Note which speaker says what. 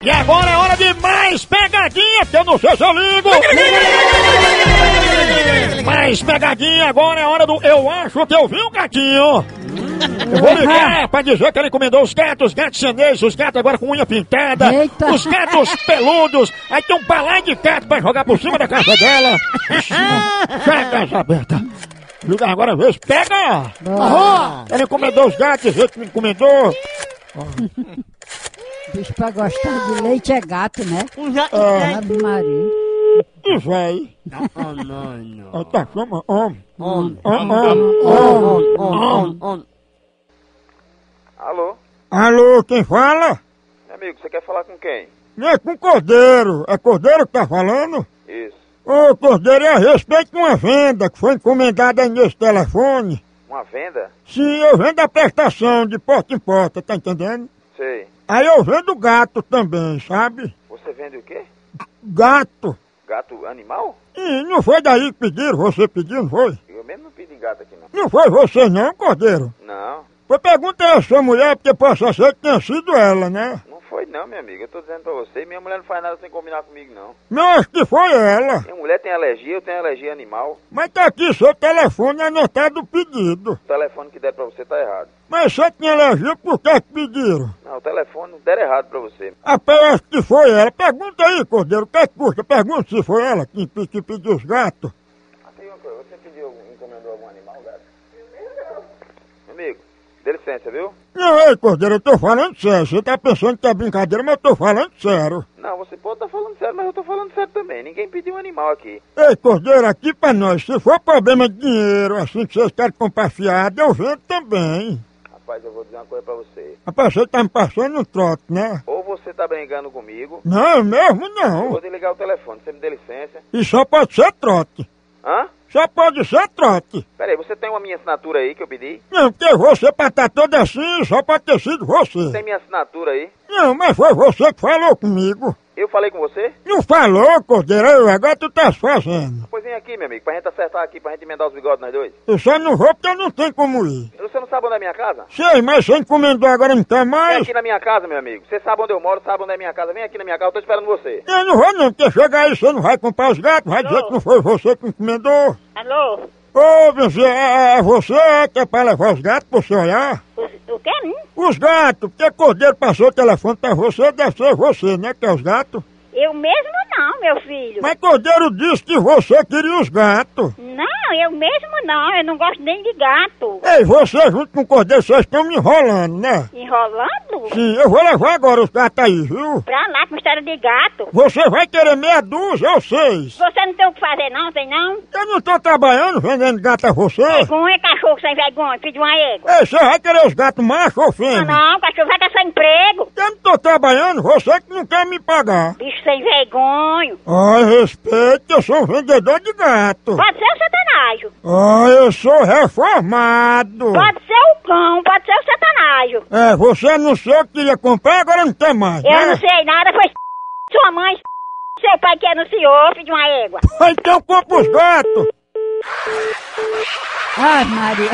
Speaker 1: E agora é hora de mais pegadinha, que eu não sei se eu ligo. mais pegadinha, agora é hora do Eu Acho Que Eu Vi um Gatinho.
Speaker 2: Hum.
Speaker 1: Eu vou ligar pra dizer que ele encomendou os gatos, os gatos chineses, os gatos agora com unha pintada,
Speaker 2: Eita.
Speaker 1: os gatos peludos. Aí tem um balai de gato pra jogar por cima da casa dela. Em cima, Chagas abertas. Liga agora, vez, pega!
Speaker 2: Bora.
Speaker 1: Ele encomendou os gatos, ele encomendou.
Speaker 2: Bicho pra gostar de leite é gato, né? Ave Maria.
Speaker 1: E vai.
Speaker 3: Oh, no, no.
Speaker 1: Aí tá chama, homem.
Speaker 3: On,
Speaker 1: Homem, homem,
Speaker 3: on,
Speaker 1: homem.
Speaker 3: on, on, on.
Speaker 4: Alô?
Speaker 1: Alô, quem fala?
Speaker 4: Meu amigo, você quer falar com quem?
Speaker 1: Não é com Cordeiro. É Cordeiro que tá falando?
Speaker 4: Isso.
Speaker 1: Ô, Cordeiro, é a respeito de uma venda que foi encomendada aí nesse telefone.
Speaker 4: Uma venda?
Speaker 1: Se eu vendo a prestação de porta em porta, tá entendendo?
Speaker 4: Sei.
Speaker 1: Aí eu vendo gato também, sabe?
Speaker 4: Você vende o quê?
Speaker 1: Gato.
Speaker 4: Gato animal?
Speaker 1: E não foi daí que pediram, você pediu, não foi?
Speaker 4: Eu mesmo não pedi gato aqui, não.
Speaker 1: Não foi você não, Cordeiro.
Speaker 4: Não,
Speaker 1: Foi pergunta a sua mulher, porque possa ser que tenha sido ela, né?
Speaker 4: não foi não, minha amiga. Eu tô dizendo pra você, minha mulher não faz nada sem combinar comigo, não.
Speaker 1: Não, acho que foi ela.
Speaker 4: Minha mulher tem alergia, eu tenho alergia animal.
Speaker 1: Mas tá aqui seu telefone anotado o pedido.
Speaker 4: O telefone que der pra você tá errado.
Speaker 1: Mas você tinha alergia, por que que pediram?
Speaker 4: Não, o telefone não der errado pra você.
Speaker 1: Rapaz, eu acho que foi ela. Pergunta aí, Cordeiro, o que é que custa? Pergunta se foi ela que, pe- que pediu os gatos.
Speaker 4: Ah, tem uma coisa. Você pediu, algum- encomendou algum animal, gato? Meu amigo, dê licença, viu?
Speaker 1: Não, ei, Cordeiro, eu tô falando sério. Você tá pensando que é brincadeira, mas eu tô falando sério.
Speaker 4: Não, você pode estar falando sério, mas eu tô falando sério também. Ninguém pediu um animal aqui.
Speaker 1: Ei, Cordeiro, aqui pra nós, se for problema de dinheiro, assim que vocês querem comprar fiado, eu vendo também.
Speaker 4: Rapaz, eu vou dizer uma coisa pra você.
Speaker 1: Rapaz, você tá me passando um trote, né?
Speaker 4: Ou você tá brincando comigo,
Speaker 1: Não, mesmo
Speaker 4: eu
Speaker 1: não.
Speaker 4: vou desligar o telefone, você me dê licença.
Speaker 1: E só pode ser trote.
Speaker 4: Hã?
Speaker 1: Só pode ser trote.
Speaker 4: Peraí, você tem uma minha assinatura aí que eu pedi?
Speaker 1: Não, porque você pra estar toda assim só pode ter sido você.
Speaker 4: Tem minha assinatura aí?
Speaker 1: Não, mas foi você que falou comigo.
Speaker 4: Eu falei com você?
Speaker 1: Não falou, Cordeirão, agora tu tá se fazendo.
Speaker 4: Pois vem aqui, meu amigo, pra gente acertar aqui, pra gente emendar os bigodes nós dois.
Speaker 1: Eu só não vou porque eu não tenho como ir.
Speaker 4: Você não sabe onde é minha casa?
Speaker 1: Sei, mas você encomendou agora não quer
Speaker 4: Vem
Speaker 1: mais?
Speaker 4: aqui na minha casa, meu amigo. Você sabe onde eu moro, sabe onde é minha casa. Vem aqui na minha casa, eu tô esperando você.
Speaker 1: Eu não vou não, porque chegar aí você não vai comprar os gatos, vai dizer que não foi você que encomendou.
Speaker 5: Alô?
Speaker 1: Ô, você, é, é você que é pra levar os gatos pro seu olhar?
Speaker 5: O, o quê? hum?
Speaker 1: Os gatos, porque Cordeiro passou o telefone pra você, deve ser você, né, que é os gatos.
Speaker 5: Eu mesmo não, meu filho.
Speaker 1: Mas Cordeiro disse que você queria os gatos.
Speaker 5: Não, eu mesmo não. Eu não gosto nem de gato.
Speaker 1: Ei, você junto com o Cordeiro, vocês estão me enrolando, né?
Speaker 5: Enrolando?
Speaker 1: Sim, eu vou levar agora os gatos aí, viu?
Speaker 5: Pra lá com história de gato.
Speaker 1: Você vai querer meia dúzia ou seis?
Speaker 5: Você não tem o que fazer não, tem não?
Speaker 1: Eu não tô trabalhando vendendo gato a você.
Speaker 5: Vergonha, cachorro sem vergonha, filho de uma égua.
Speaker 1: Ei, você vai querer os gatos macho ou
Speaker 5: Não,
Speaker 1: fêmea?
Speaker 5: não, cachorro vai caçar emprego.
Speaker 1: Eu não tô trabalhando, você que não quer me pagar.
Speaker 5: Bicho sem vergonha.
Speaker 1: Ai, respeito, eu sou um vendedor de gato.
Speaker 5: Pode ser o satanágio.
Speaker 1: Ah. Ai, eu sou reformado.
Speaker 5: Pode ser o cão, pode ser o satanágio.
Speaker 1: É, você anunciou que queria comprar, agora não tem mais,
Speaker 5: Eu
Speaker 1: né?
Speaker 5: não sei nada, foi sua mãe, seu pai que anunciou, filho de uma égua.
Speaker 1: Então compra os gatos.
Speaker 2: Ave Maria.